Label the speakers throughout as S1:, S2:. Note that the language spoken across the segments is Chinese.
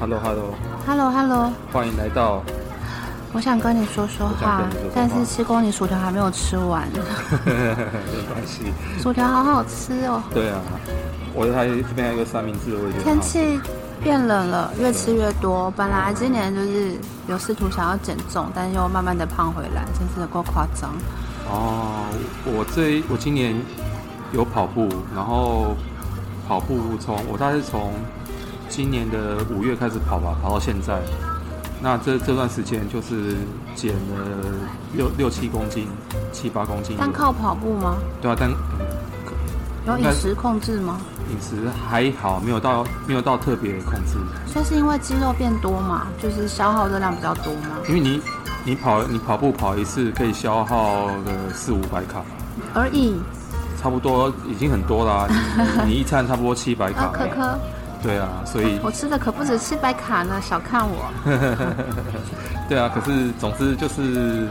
S1: Hello Hello，
S2: Hello Hello，
S1: 欢迎来到
S2: 我想跟你说说
S1: 我想
S2: 话
S1: 跟你说说话，
S2: 但是施工你薯条还没有吃完，
S1: 没关系，
S2: 薯条好好吃哦。
S1: 对啊，我还这边还有个三明治，我也觉得
S2: 天
S1: 很好
S2: 气变冷了，越吃越多。本来今年就是有试图想要减重，但又慢慢的胖回来，真是够夸张。
S1: 哦，我这我今年有跑步，然后跑步从我大概是从今年的五月开始跑吧，跑到现在。那这这段时间就是减了六六七公斤，七八公斤有。
S2: 但靠跑步吗？
S1: 对啊，但
S2: 有饮食控制吗？
S1: 饮食还好，没有到没有到特别控制，
S2: 所以是因为肌肉变多嘛，就是消耗热量比较多嘛。
S1: 因为你你跑你跑步跑一次可以消耗个四五百卡，
S2: 而已。
S1: 差不多已经很多 啦、你你一餐差不多七百
S2: 啊
S1: 卡，，
S2: 可可，
S1: 对啊，所以
S2: 我吃的可不止七百卡呢，小看我。
S1: 对啊，可是总之就是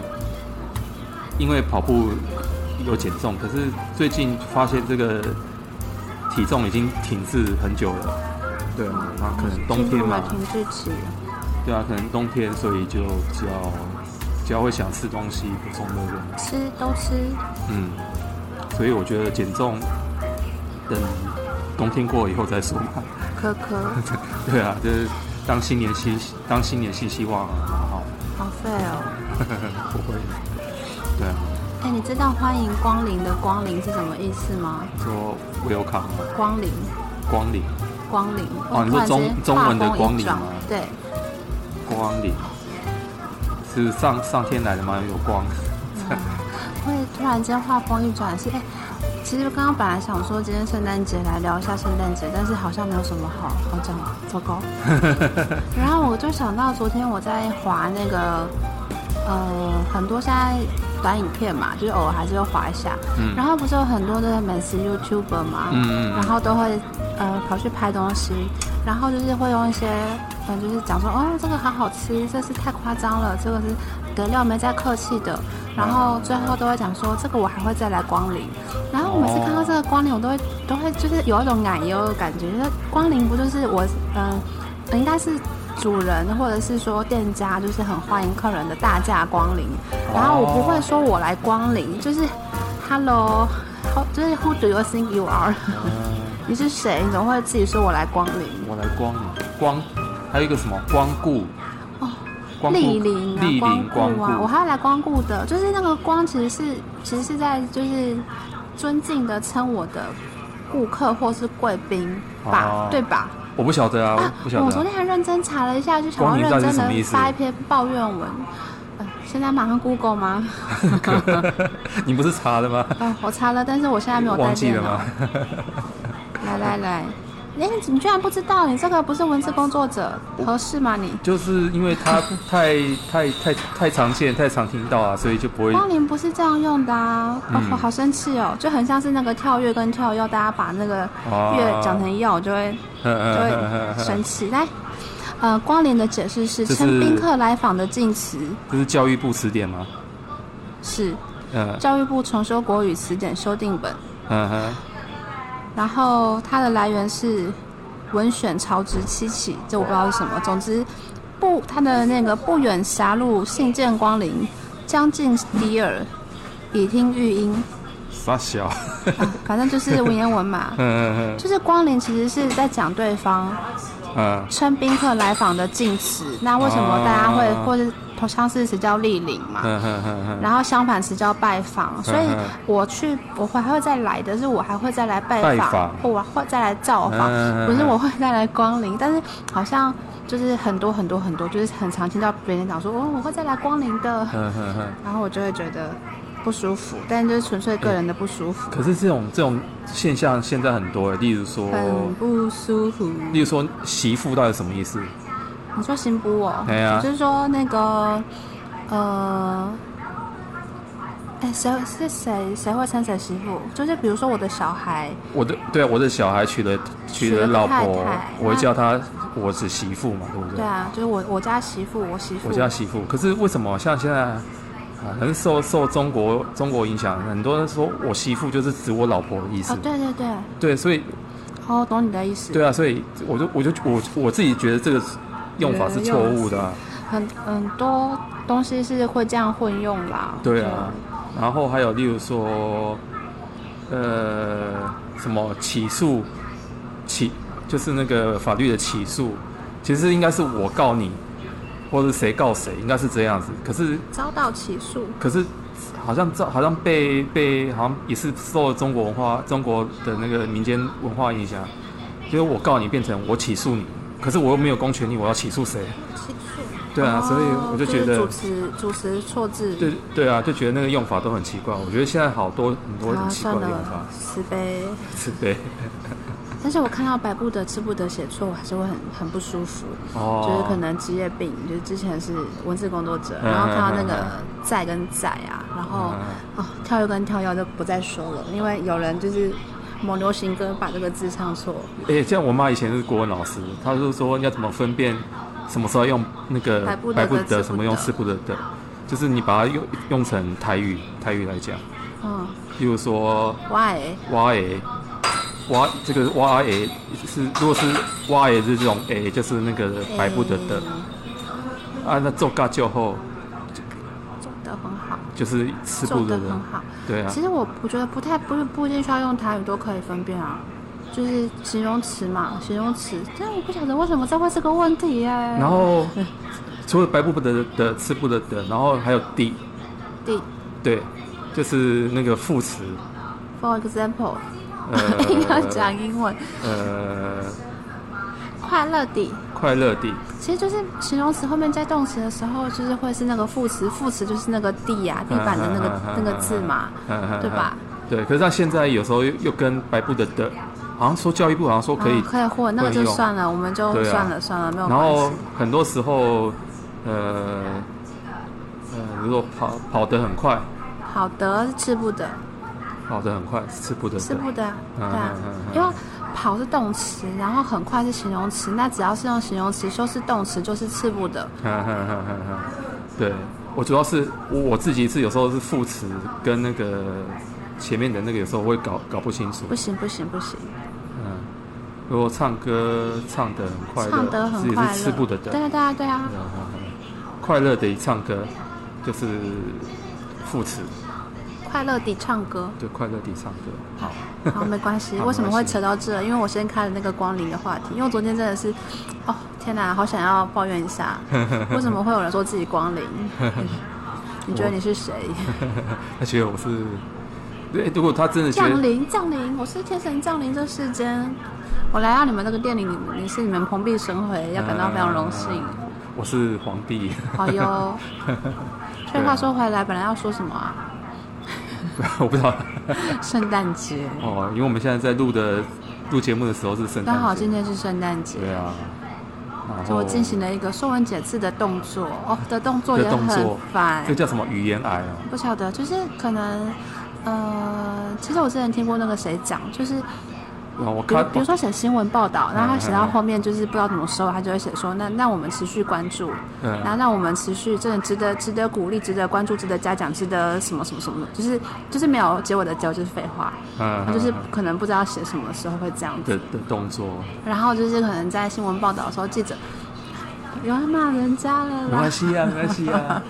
S1: 因为跑步有减重，可是最近发现这个体重已经停滞很久了。对啊，那可能冬
S2: 进
S1: 天
S2: 入
S1: 嘛
S2: 了，停滞期。
S1: 对啊，可能冬天，所以就比较比较会想吃东西补充热量。
S2: 吃都吃，
S1: 嗯，所以我觉得减重等冬天过以后再说嘛。
S2: 可可，
S1: 对啊，就是当新年新当新年新希望啊，蛮好的。
S2: 好废哦。
S1: 不会，对啊，
S2: 哎，你知道欢迎光临的光临是什么意思吗？
S1: 说 welcome 啊
S2: 光临，
S1: 光临
S2: 光临。
S1: 哦你说中
S2: 我突然间
S1: 中文的
S2: 话锋一
S1: 光临
S2: 转
S1: 吗
S2: 对，
S1: 光临是上上天来的吗？有光，
S2: 会突然间话锋一转是哎。其实刚刚本来想说今天圣诞节来聊一下圣诞节，但是好像没有什么好好讲，糟 糕。然后我就想到昨天我在滑那个，呃，很多现在短影片嘛，就是偶尔还是会滑一下。
S1: 嗯
S2: 然后不是有很多的美食 YouTuber 嘛，
S1: 嗯嗯嗯
S2: 然后都会呃跑去拍东西，然后就是会用一些嗯，就是讲说哦这个好好吃，这是太夸张了，这个是给料没在客气的，然后最后都会讲说这个我还会再来光临，然后我每次看到这个光临，我都会都会就是有一种奶油的感觉，就是光临不就是我嗯、应该是。主人或者是说店家就是很欢迎客人的大驾光临，
S1: 哦
S2: 然后我不会说我来光临，就是 Hello，好就是 Who do you think you are？
S1: 嗯，
S2: 你是谁？你怎么会自己说我来光临？
S1: 我来光临光，还有一个什么光顾
S2: 哦。
S1: 光顾
S2: 莅临
S1: 莅
S2: 啊
S1: 临，
S2: 光
S1: 光
S2: 顾啊，我
S1: 顾，
S2: 还要来光顾的，就是那个光其实是其实是在就是尊敬的称我的顾客或是贵宾吧，
S1: 哦
S2: 对吧？
S1: 我不晓得啊，我不晓
S2: 我
S1: 得
S2: 昨
S1: 啊。
S2: 天还认真查了一下，就想要
S1: 光临到
S2: 认
S1: 底是
S2: 真
S1: 什么意
S2: 的
S1: 思
S2: 发一篇抱怨文。呃现在马上 Google 吗？
S1: 你不是查的吗？
S2: 啊，我查了，但是我现在没有带
S1: 忘记
S2: 电
S1: 了
S2: 脑
S1: 吗。？
S2: 来来来，哎，你居然不知道，你这个不是文字工作者，合适吗你？
S1: 就是因为它太太太太常见、太常听到啊，所以就不会
S2: 光临不是这样用的啊！哦
S1: 嗯，
S2: 我好生气哦，就很像是那个跳跃跟跳药，大家把那个
S1: 啊嗯
S2: 月讲哦 成药，就会就会生气。来，呃，光临的解释是
S1: 这是
S2: 称宾客来访的敬词，
S1: 这是教育部词典吗？
S2: 是
S1: 嗯
S2: 教育部重修国语词典修订本，
S1: 嗯哼，
S2: 然后它的来源是文选朝直七起，这我不知道是什么。总之，不，它的那个不远狭路，信见光临，将近迪尔，以听玉音，
S1: 傻小，。
S2: 啊，反正就是文言文嘛
S1: 嗯嗯
S2: 就是光临其实是在讲对方
S1: 嗯嗯，
S2: 称宾客来访的敬词，那为什么大家会、
S1: 哦
S2: 或是同相似词叫莅临嘛？
S1: 嗯嗯嗯嗯，
S2: 然后相反词叫拜访，所以我去我还会再来的是我还会再来拜
S1: 拜
S2: 访，
S1: 访
S2: 或我会再来造访，
S1: 嗯
S2: 不是我会再来光临，但是好像就是很多很多很多，就是很常听到别人讲说哦我会再来光临的，
S1: 嗯嗯嗯。
S2: 然后我就会觉得不舒服，但就是纯粹个人的不舒服，
S1: 可是这种这种现象现在很多，例如说，
S2: 很不舒服。
S1: 例如说媳妇到底什么意思？
S2: 你说行不哦？
S1: 哎呀
S2: 就是说那个呃。哎，谁是谁？谁会称谁媳妇？就是比如说我的小孩，
S1: 我的对啊，我的小孩娶了娶
S2: 娶了
S1: 了
S2: 个
S1: 老
S2: 太啊
S1: 婆
S2: 太，
S1: 我会
S2: 那
S1: 叫她我是媳妇嘛，对不对？
S2: 对啊，就是我我家媳妇，我媳妇，
S1: 我家媳妇。可是为什么像现在，啊，很受受中国中国影响，很多人说我媳妇就是指我老婆的意思。
S2: 哦，对对对，
S1: 对所以啊
S2: 哦，懂你的意思。
S1: 对啊，所以我就我就我我自己觉得这个用法是错误的、啊。
S2: 很很多东西是会这样混用啦。嗯
S1: 对啊，然后还有例如说，呃，什么起诉，起就是那个法律的起诉，其实应该是我告你，或者谁告谁，应该是这样子。可是
S2: 遭到起诉，
S1: 可是好像遭好像被被好像也是受了中国文化中国的那个民间文化影响，就是我告你变成我起诉你，可是我又没有公权力，我要起诉谁？
S2: 起诉。
S1: 对啊，
S2: 哦
S1: 所以我就觉得
S2: 就是主词主词错字。
S1: 对对啊，就觉得那个用法都很奇怪。我觉得现在好多很多
S2: 啊，
S1: 很奇怪
S2: 算
S1: 的用法
S2: 了，，慈悲。
S1: 是对
S2: 但是我看到百步的吃不得写错，我还是会很很不舒服。
S1: 哦，
S2: 就是可能职业病，就是之前是文字工作者，
S1: 嗯
S2: 然后看到那
S1: 嗯
S2: 个
S1: 嗯
S2: 在跟在啊，然后
S1: 嗯
S2: 哦跳跃跟跳跃就不再说了，因为有人就是某流行歌把这个字唱错，
S1: 哎、像我妈以前是国文老师，她就说要怎么分辨什么时候用那个
S2: 百步的
S1: 百步
S2: 跟
S1: 的，什
S2: 四步
S1: 么用
S2: 的
S1: 四步的的，就是你把它用用成台语台语来讲，
S2: 嗯
S1: 例如说
S2: ，why？
S1: 蛙诶，蛙这个蛙诶是如果是蛙诶是这种诶，就是那个百步的的、啊，那做嘎就后
S2: 做哎得很好，
S1: 就是四
S2: 做
S1: 步的
S2: 得很
S1: 的，
S2: 好。
S1: 对啊
S2: 其，实我我觉得不太不是不一定需要用台语都可以分辨啊，就是形容词嘛，形容词。但我不晓得为什么这会是个问题耶、
S1: 然后除了白布的的吃布的的，然后还有 d，
S2: 第
S1: 对，就是那个副词，
S2: ，for example，、
S1: 呃
S2: 硬 要讲英文，
S1: 呃，
S2: 快乐地。
S1: 快乐地，
S2: 其实就是形容词后面加动词的时候，就是会是那个副词，副词就是那个地呀、地板的
S1: 嗯
S2: 那个那个字嘛，对吧？
S1: 对，可是他现在有时候又又跟白布的的，好像说教育部好像说可以
S2: 啊，可以混，那个就
S1: 混用
S2: 算了，我们就
S1: 对啊
S2: 算了算了，没有
S1: 然后
S2: 关系。
S1: 很多时候，呃呃，如果跑跑得很快，
S2: 好的，是吃不得，
S1: 跑得很快，吃布的
S2: 吃
S1: 的，
S2: 不得啊，对
S1: 嗯
S2: 啊
S1: 嗯嗯，嗯
S2: 因为跑是动词，然后很快是形容词，那只要是用形容词修饰动词，就是吃不得。
S1: 哈哈哈哈哈！对我主要是我我自己是有时候是副词跟那个前面的那个有时候会搞搞不清楚
S2: 不。行不行不行，
S1: 嗯，如果唱歌唱得很快乐，
S2: 唱得
S1: 自
S2: 很
S1: 己
S2: 快乐，
S1: 是吃不得的。
S2: 对啊对啊对啊，
S1: 嗯嗯嗯快乐的一唱歌就是副词，
S2: 快乐地唱歌。
S1: 对，快乐地唱歌。好，
S2: 好，没关系。
S1: 好
S2: 为什么
S1: 没关
S2: 会
S1: 系
S2: 扯到这？因为我先开了那个光临的话题，因为我昨天真的是，哦，天哪，好想要抱怨 一下，为什么会有人说自己光临？你觉得你是谁？
S1: 他觉得我是，对，如果他真的觉
S2: 降
S1: 得，
S2: 临，降临，我是天神降临这世间。我来到你们这个店里，你你是你们蓬荜生辉，要感到非常荣幸。
S1: 嗯我是皇帝，
S2: 好哟。
S1: 啊
S2: 所以话说回来，本来要说什么啊？
S1: 我不知道。
S2: 圣诞节，
S1: 哦，因为我们现在在录的录节目的时候是圣诞节。
S2: 刚好今天是圣诞节。
S1: 对啊，然
S2: 就
S1: 后
S2: 我进行了一个说文解字的动作，哦，的动作也
S1: 的动
S2: 很
S1: 作
S2: 烦
S1: 这，叫什么语言癌啊？
S2: 不晓得，就是可能，呃，其实我之前听过那个谁讲，就是
S1: 然后我
S2: 比如
S1: 看，
S2: 比如说写新闻报道，然后他写
S1: 嗯
S2: 到
S1: 嗯嗯
S2: 后面就是不知道怎么收，他就会写说，那那我们持续关注，
S1: 嗯
S2: 然后让我们持续真的值得值得鼓励，值得关注，值得嘉奖，值得什么什么什么，就是就是没有结尾的结尾就是废话，
S1: 嗯
S2: 他啊就是可能不知道写什么的时候会这样子
S1: 的。的动作，
S2: 然后就是可能在新闻报道的时候，记者有要骂人家嗯了
S1: 没
S2: 啦
S1: 关，系啊，没关系啊，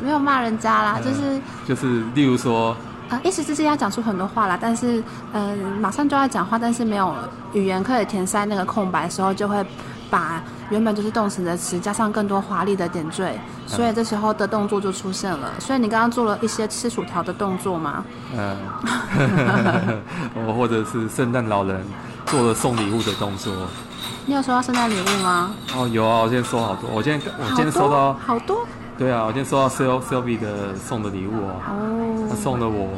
S2: 没有骂人家啦，就是
S1: 就是例如说，
S2: 呃一时之间要讲出很多话啦，但是嗯、呃马上就要讲话，但是没有语言可以填塞那个空白的时候，就会把原本就是动词的词加上更多华丽的点缀，所以这时候的动作就出现了。所以你刚刚做了一些吃薯条的动作嘛，
S1: 嗯，哦，或者是圣诞老人做了送礼物的动作。
S2: 你有收到圣诞礼物吗？
S1: 哦，有啊，我今天收好多，我今天我哦今天
S2: 好多
S1: 收到，
S2: 好多
S1: 对啊，我今天收到 Sil Sylvie 的送的礼物哦，他
S2: 哦，
S1: 送了我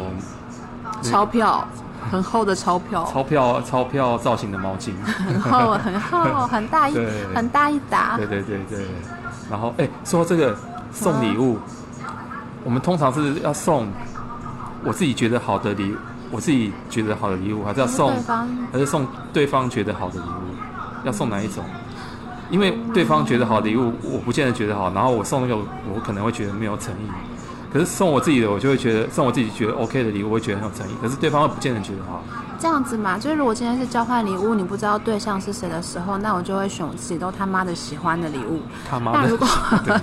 S2: 钞票，很厚的钞票。
S1: 钞票钞票造型的毛 巾。
S2: 很厚很厚，很大一
S1: 对
S2: 很大一沓
S1: 对，对对对，然后哎、说到这个送礼物，
S2: 嗯
S1: 我们通常是要送我自己觉得好的礼，我自己觉得好的礼物，还是要
S2: 还是
S1: 送
S2: 对方
S1: 还是送对方觉得好的礼物？要送哪一种？
S2: 嗯
S1: 因为对方觉得好的礼物，我不见得觉得好，然后我送那个，我可能会觉得没有诚意。可是送我自己的，我就会觉得送我自己觉得 OK 的礼物，我会觉得很有诚意。可是对方会不见得觉得好，
S2: 这样子嘛，就是如果今天是交换礼物，你不知道对象是谁的时候，那我就会选我自己都他妈的喜欢的礼物。
S1: 他妈
S2: 那
S1: 的
S2: 如果
S1: 对没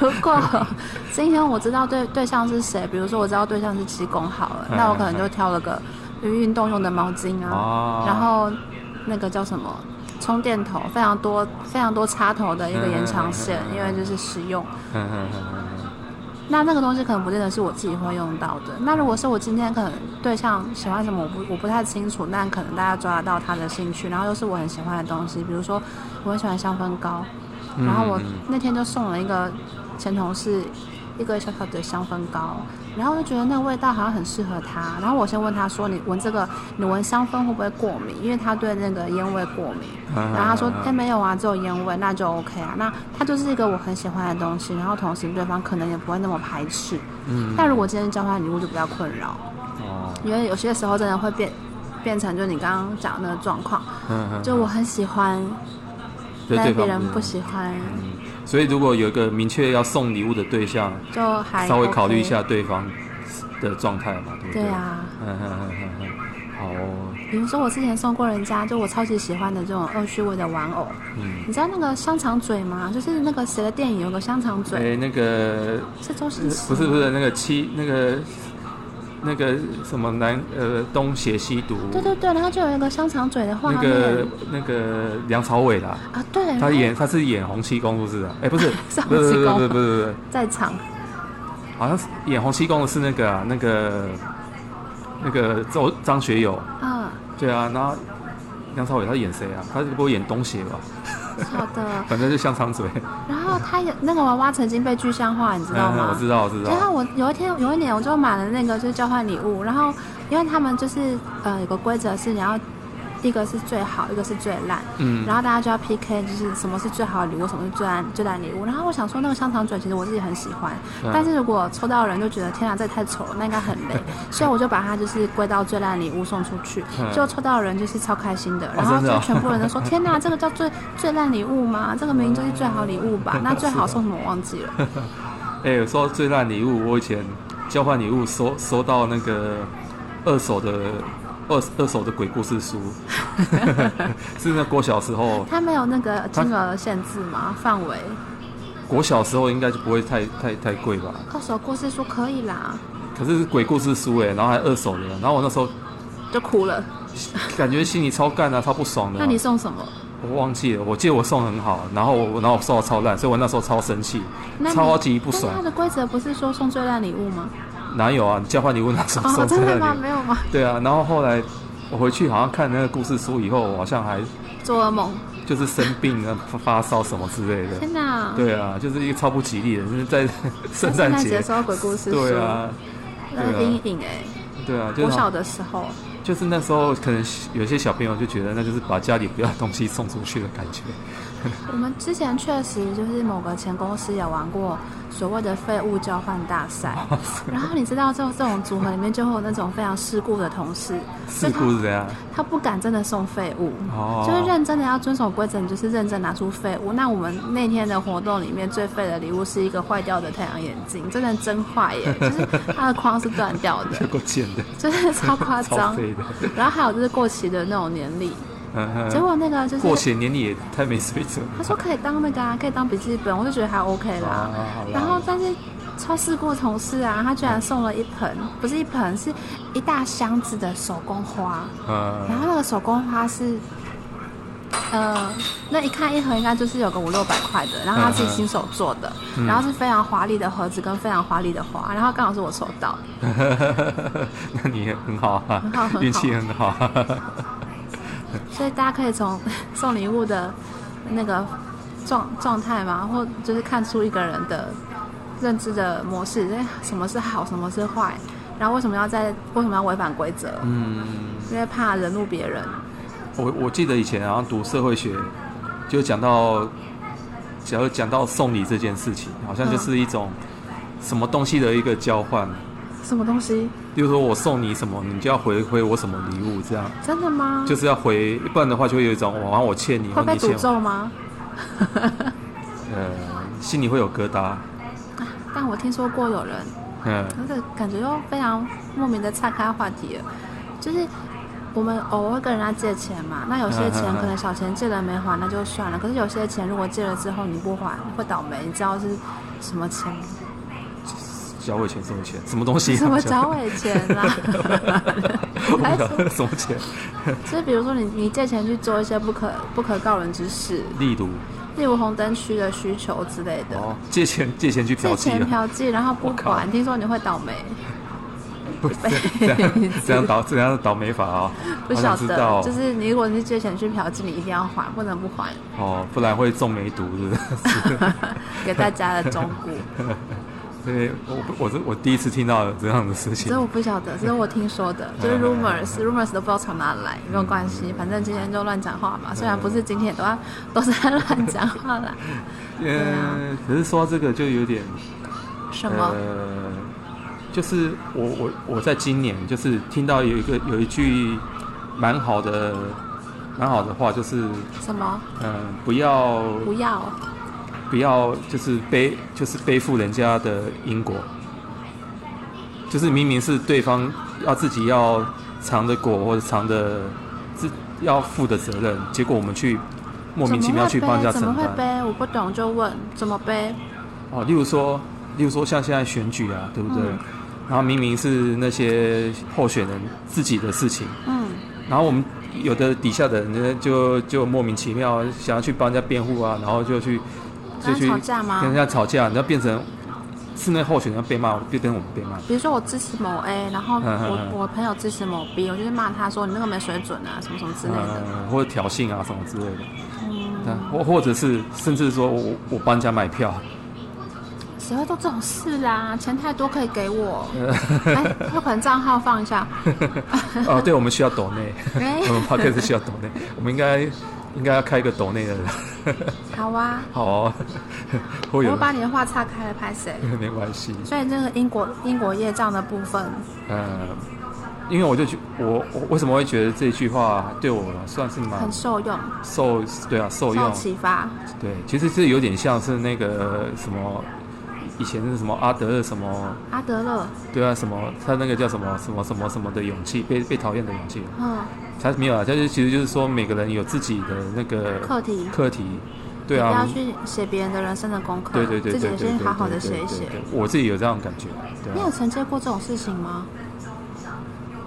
S2: 如果今天我知道对对象是谁，比如说我知道对象是七公好了，
S1: 嗯
S2: 那我可能就挑了个运动用的毛巾
S1: 错
S2: 啊，
S1: 啊，
S2: 然后那个叫什么充电头，非常多非常多插头的一个延长线，
S1: 嗯嗯嗯嗯嗯
S2: 因为就是实用。
S1: 嗯嗯嗯嗯嗯
S2: 那那个东西可能不见得是我自己会用到的。那如果是我今天可能对象喜欢什么，我不我不太清楚，但可能大家抓得到他的兴趣，然后又是我很喜欢的东西，比如说我很喜欢香氛膏，
S1: 嗯
S2: 然后我
S1: 嗯嗯
S2: 那天就送了一个前同事一个小小的香氛膏，然后我就觉得那个味道好像很适合他，然后我先问他说你闻这个你闻香氛会不会过敏？因为他对那个烟味过敏，
S1: 嗯
S2: 然后他说
S1: 嗯嗯嗯
S2: 哎、没有啊，只有烟味，那就 OK 啊。那它就是一个我很喜欢的东西，然后同时对方可能也不会那么排斥。
S1: 嗯
S2: 但如果今天交换礼物就比较困扰，
S1: 哦，
S2: 因为有些时候真的会变变成就你刚刚讲的那个状况，
S1: 嗯嗯
S2: 就我很喜欢，
S1: 对
S2: 但
S1: 对
S2: 别
S1: 方
S2: 人不喜欢，
S1: 嗯，所以如果有一个明确要送礼物的对象，
S2: 就还、
S1: 稍微考虑一。下对方的状态嘛，对不
S2: 对
S1: 对
S2: 啊，
S1: 嗯嗯嗯嗯嗯，好哦，
S2: 比如说我之前送过人家，就我超级喜欢的这种恶趣味的玩偶，
S1: 嗯，
S2: 你知道那个香肠嘴吗？就是那个谁的电影有个香肠
S1: 哎、
S2: 嘴，
S1: 那个
S2: 是周星
S1: 呃
S2: 驰？
S1: 不是不。是那个七那个那个什么南呃东邪西毒，
S2: 对对对，然后就有一个香肠嘴的画
S1: 那
S2: 面、
S1: 个那个梁朝伟啦，
S2: 啊，对，然
S1: 他
S2: 后
S1: 演他是演洪七公不是的，哎、不是，
S2: 是洪
S1: 不是不
S2: 七
S1: 是
S2: 公
S1: 不是不是不是，
S2: 在场
S1: 好像是演洪七公的是那个、啊、那个那个周张学友，
S2: 啊，
S1: 对啊，然后梁朝伟他演谁啊？他不会演东邪吧？
S2: 好的。
S1: 反正就香肠嘴，
S2: 然后他也那个娃娃曾经被具象化，你知道吗？
S1: 哎 我知道我知道
S2: 然，后我有一天有一年我就买了那个就是交换礼物，然后因为他们就是呃有个规则是你要一个是最好，一个是最烂，
S1: 嗯
S2: 然后大家就要 PK，就是什么是最好的礼物，什么是最烂最烂礼物。然后我想说那个香肠卷其实我自己很喜欢，
S1: 嗯
S2: 但是如果抽到的人就觉得天啊这也太丑了，那应该很 累，所以我就把它就是归到最烂礼物送出去，
S1: 嗯
S2: 就抽到的人就是超开心的，然后
S1: 真
S2: 就
S1: 的哦
S2: 全部人都 说天啊呐，这个叫最最烂礼物吗？这个明明就是最好礼物吧？
S1: 嗯
S2: 那最好送什么我忘记了。
S1: 哎、有说到最烂礼物，我以前交换礼物收收到那个二手的二二手的鬼故事 书，是那国小时候，
S2: 他没有那个金额限制吗？范围？
S1: 国小时候应该就不会太太太贵吧？
S2: 二手故事书可以啦，
S1: 可是是鬼故事书哎、然后还二手的，然后我那时候
S2: 就哭了。
S1: 嗯感觉心里超干啊，超不爽的、
S2: 那你送什么？
S1: 我忘记了，我记得我送很好，然后我然后我收到超烂，所以我那时候超生气
S2: 那，你
S1: 超级不
S2: 但是
S1: 爽
S2: 他。的规则不是说送最烂礼物 吗？
S1: 哪有啊？你交换礼物哪时候
S2: 哦，
S1: 送最
S2: 真的
S1: 烂
S2: 吗？
S1: 礼物？
S2: 没有吗？
S1: 对啊，然后后来我回去好像看那个故事书以后，我好像还
S2: 做噩梦。
S1: 就是生病啊、发发烧什么之类的。
S2: 天哪！
S1: 对啊，就是一个超不吉利的，就是在圣
S2: 圣
S1: 诞
S2: 诞
S1: 节
S2: 节。收到鬼故事书，
S1: 对啊，
S2: 那是
S1: 对啊
S2: 阴影哎。
S1: 对啊，就
S2: 我
S1: 是
S2: 小的时候，
S1: 就是那时候可能有些小朋友就觉得那就是把家里不要的东西送出去的感 觉。
S2: 我们之前确实就是某个前公司有玩过所谓的废物交换大赛，
S1: 啊
S2: 然后你知道，就这种组合里面就会有那种非常世故的同事，
S1: 事故是怎样？
S2: 他不敢真的送废物，
S1: 哦
S2: 就是认真的要遵守规则，你就是认真拿出废物。那我们那天的活动里面最废的礼物是一个坏掉的太阳眼镜，真的真坏 耶，就是它的框是断掉
S1: 结
S2: 的，
S1: 果捡的，
S2: 就是超夸
S1: 超
S2: 张。
S1: 废的。
S2: 然后还有就是过期的那种年历，
S1: 嗯
S2: 结
S1: 哼，
S2: 果那个 就是
S1: 过前年你也太没水准 了。
S2: 他说可以当那个啊，可以当笔记本，我就觉得还 OK 啦
S1: 啊。好啦
S2: 然后但是超市过同事啊，他居然送了一盆，不是一盆，是一大箱子的手工花。然
S1: 嗯，
S2: 后那个手工花是，呃，那一看一盒应该就是有个五六百块的，然后他自己亲手做的，
S1: 嗯
S2: 然后是非常华丽的盒子跟非常华丽的花，然后刚好是我抽到，
S1: 那你也很好啊
S2: 很好很，好
S1: 运气很好啊。
S2: 所以大家可以从 送礼物的那个状状态嘛，或就是看出一个人的认知的模式，哎，什么是好，什么是坏，然后为什么要在为什么要违反规则，
S1: 嗯。
S2: 因为怕惹怒别人。
S1: 我我记得以前好像读社会学，就讲到，只要讲到送礼这件事情，好像就是一种什么东西的一个交换。
S2: 什么东西？
S1: 例如说我送你什么，你就要回回我什么礼物，这样
S2: 真的吗？
S1: 就是要回，不然的话就会有一种我好像我欠你，
S2: 会
S1: 或
S2: 被
S1: 你欠
S2: 诅
S1: 我，
S2: 咒吗？
S1: 呃，心里会有疙瘩。
S2: 啊但我听说过有人
S1: 嗯
S2: 那个感觉又非常莫名的岔开话题了，就是我们偶尔跟人家借钱嘛，那有些
S1: 嗯
S2: 钱可能小钱借了没还，那就算了。可是有些钱如果借了之后你不还，会倒霉。你知道是什 么钱吗？
S1: 交尾钱什么钱？什么东西、啊？
S2: 什么交尾钱啊啦？
S1: 我不晓得什么钱，
S2: 就是比如说你你借钱去做一些不可不可告人之事，
S1: 例如
S2: 例如红灯区的需求之类的，
S1: 哦，借钱借钱去嫖
S2: 借
S1: 妓
S2: 钱
S1: 啊，
S2: 嫖妓然后不
S1: 我靠
S2: 还，听说你会倒霉。
S1: 不是这 样这样倒这样倒霉法啊、
S2: 不
S1: 好
S2: 晓
S1: 想知道
S2: 得，就是你如果你是借钱去嫖妓，你一定要还，不能不还，
S1: 哦，不然会中梅毒是 不是？
S2: 给大家的忠告。
S1: 对，我不我是我第一次听到有这样的事情
S2: 这。我不晓 得，这是我听说的，就是 rumors，rumors 都不知道从哪来，没有关系，反正今天就乱讲话嘛。虽然不是今天都要都是在乱讲话啦，
S1: 嗯，可是说到这个就有点
S2: 啊什么？
S1: 呃，就是我我我在今年就是听到有一个有一句蛮好的蛮好的话，就是
S2: 什么？
S1: 嗯、不要
S2: 不要
S1: 不要就是背就是背负人家的因果，就是明明是对方要自己要尝的果或者尝的自要负的责任，结果我们去莫名其妙去帮人家
S2: 怎么
S1: 承
S2: 会
S1: 担。
S2: 背？我不懂就问，怎么背？
S1: 哦，例如说，例如说像现在选举啊，对不对？
S2: 嗯
S1: 然后明明是那些候选人自己的事情，
S2: 嗯，
S1: 然后我们有的底下的人呢，就就莫名其妙想要去帮人家辩护啊，然后就去就
S2: 跟他
S1: 去
S2: 吵架啊吗
S1: 跟人家吵架，然后变成是那候选人被骂，变成我们被骂。
S2: 比如说我支持某 A，然后
S1: 嗯嗯嗯
S2: 我我朋友支持某 B，我就是骂他说你那个没水准啊，什么什么之类的。
S1: 嗯，或者挑衅啊什么之类的，
S2: 嗯，
S1: 那或或者是甚至说我我帮人家买 票，嗯
S2: 谁会做这种事啦？钱太多可以 给我，
S1: 呃
S2: 哎，汇款账号放一下。
S1: 哦，对，我们需要抖内，
S2: 哎
S1: 我们 p o d 需要抖内， 我们应该应该要开一个抖内的人，
S2: 好啊，
S1: 好、哦， 会
S2: 我
S1: 有
S2: 会把你的话岔开了，拍谁？
S1: 没关系，
S2: 所以这个因果因果业障的部分，
S1: 呃，因为我就觉我我为什么会觉得这句话对我算是蛮
S2: 很受用，
S1: 受对啊受
S2: 受
S1: 用，
S2: 启发。
S1: 对，其实这有点像是那个什么。以前是什么阿德勒什么
S2: 阿德勒，
S1: 对啊什么他那个叫什么什么什么什么的勇气被被讨厌的勇气
S2: 嗯，
S1: 他没有啊，他就其实就是说每个人有自己的那个
S2: 课题
S1: 课题，对啊，
S2: 你不要去写别人的人生的功课，
S1: 对对对对对
S2: 自己也
S1: 对
S2: 先好好的
S1: 对对
S2: 写一写
S1: 对。对我自己有这样的感觉，对
S2: 你
S1: 啊
S2: 有，承接过这种事情吗？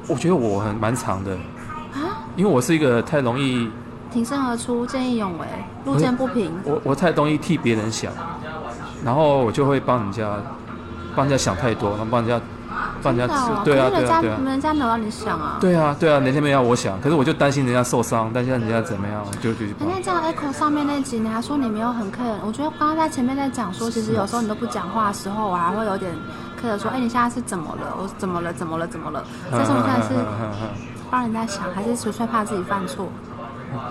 S1: 我觉得我很蛮长的，
S2: 啊，
S1: 因为我是一个太容易，
S2: 挺身而出，见义勇为，路见不平，
S1: 我我太容易替别人想，然后我就会帮人家，帮人家想太多，然后帮人家，帮人家
S2: 真的哦
S1: 吃，对啊
S2: 可是
S1: 对
S2: 人家
S1: 啊对啊。
S2: 人家没有让你想啊。
S1: 对啊，对啊，人家没有要我想，可是我就担心人家受伤，担心人家怎么样，我就就去帮
S2: 人。家这样 echo 上面那集，你还说你没有很 care，我觉得刚刚在前面在讲说，其实有时候你都不讲话的时候，我还会有点 care 说，哎、你现在是怎么了？我怎么了？怎么了？怎么了？这种
S1: 嗯
S2: 算是帮人家想，还是纯粹怕自己犯错？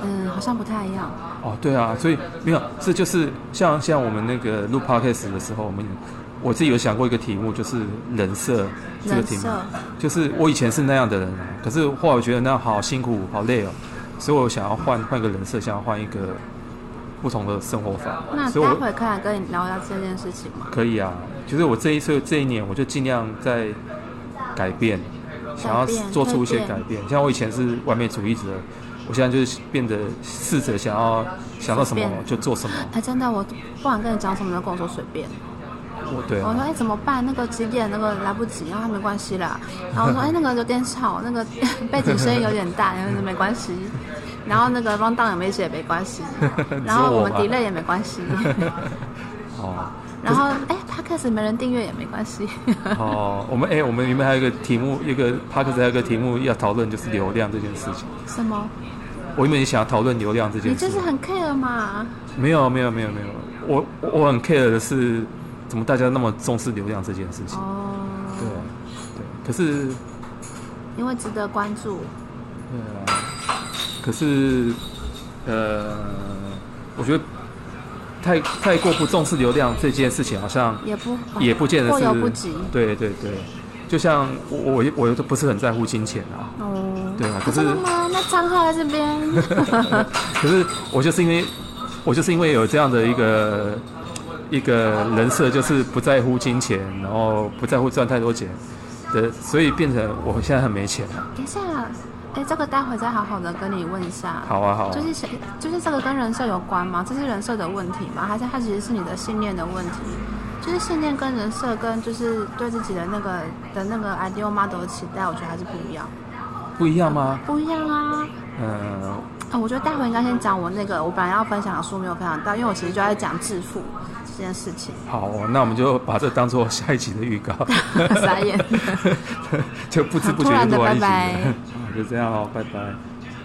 S2: 嗯，好像不太一样。
S1: 哦，对啊，所以没有，这就是像像我们那个录 podcast 的时候，我们我自己有想过一个题目，就是人设这个题目
S2: 人设，
S1: 就是我以前是那样的人啊，可是后来我觉得那样好辛苦，好累哦，所以我想要换换个人设，想要换一个不同的生活法，
S2: 那
S1: 所以
S2: 待
S1: 我
S2: 会可以来跟你聊聊这件事情吗？
S1: 可以啊，就是我这一岁这一年，我就尽量在改变，想要做出一些改变。像我以前是完美主义者，我现在就是变得试着想要想到什么
S2: 随便
S1: 就做什么。
S2: 哎、真的，我不管跟你讲什么，都跟我说随便。
S1: 我对
S2: 我说
S1: 啊，，
S2: 哎、怎么办？那个几点那个来不及，然后没关系啦。然后我说哎、那个有点吵，那个 背景声音有点大，然后没关系。然后那个 round down 也没写也没关系 然后我们
S1: 只有我吗
S2: delay 也没关 系，
S1: 哦
S2: 然后哎 podcast 没人订阅也没关 系。
S1: 哦，我们哎、我们里面还有一个题目，一个 p a r k 还有一个题目要讨论，就是流量这件事情。
S2: 什么？
S1: 我原本也想要讨论流量这
S2: 你
S1: 件事
S2: 就是
S1: 情，
S2: 很 care 嘛？
S1: 没有没有没有没有，我我我很 care 的是，怎么大家那么重视流量这件事情？对啊
S2: 哦，
S1: 对，可是
S2: 因为值得关注。
S1: 对啊，可是，呃，我觉得太太过不重视流量这件事情，好像
S2: 也不
S1: 也不见得
S2: 哦过
S1: 是
S2: 犹不及。
S1: 对对对，就像我我我都不是很在乎金钱啊，
S2: 哦，
S1: 对啊
S2: 啊
S1: 可是
S2: 真的吗？那账号在这边，
S1: 可是我就是因为我就是因为有这样的一个一个人设，就是不在乎金钱，然后不在乎赚太多钱，的，所以变成我现在很没钱啊。
S2: 等一下，哎，这个待会再好好的跟你问一下。
S1: 好啊，好啊，
S2: 就是谁，就是这个跟人设有关吗？这是人设的问题吗？还是它其实是你的信念的问题？就是信念跟人设跟就是对自己的那个的那个 ideal model 的期待，我觉得还是不一样。
S1: 不一样吗？
S2: 不一样啊！
S1: 嗯，
S2: 啊我觉得待会应该先讲我那个我本来要分享的书没有分享到，因为我其实就在讲致富这件事情。
S1: 好，那我们就把这当做下一集的预 告，
S2: 傻眼。
S1: 就不知不觉
S2: 好突然
S1: 就
S2: 的
S1: 录完一集
S2: 拜拜
S1: 了。好就这样哦，拜拜。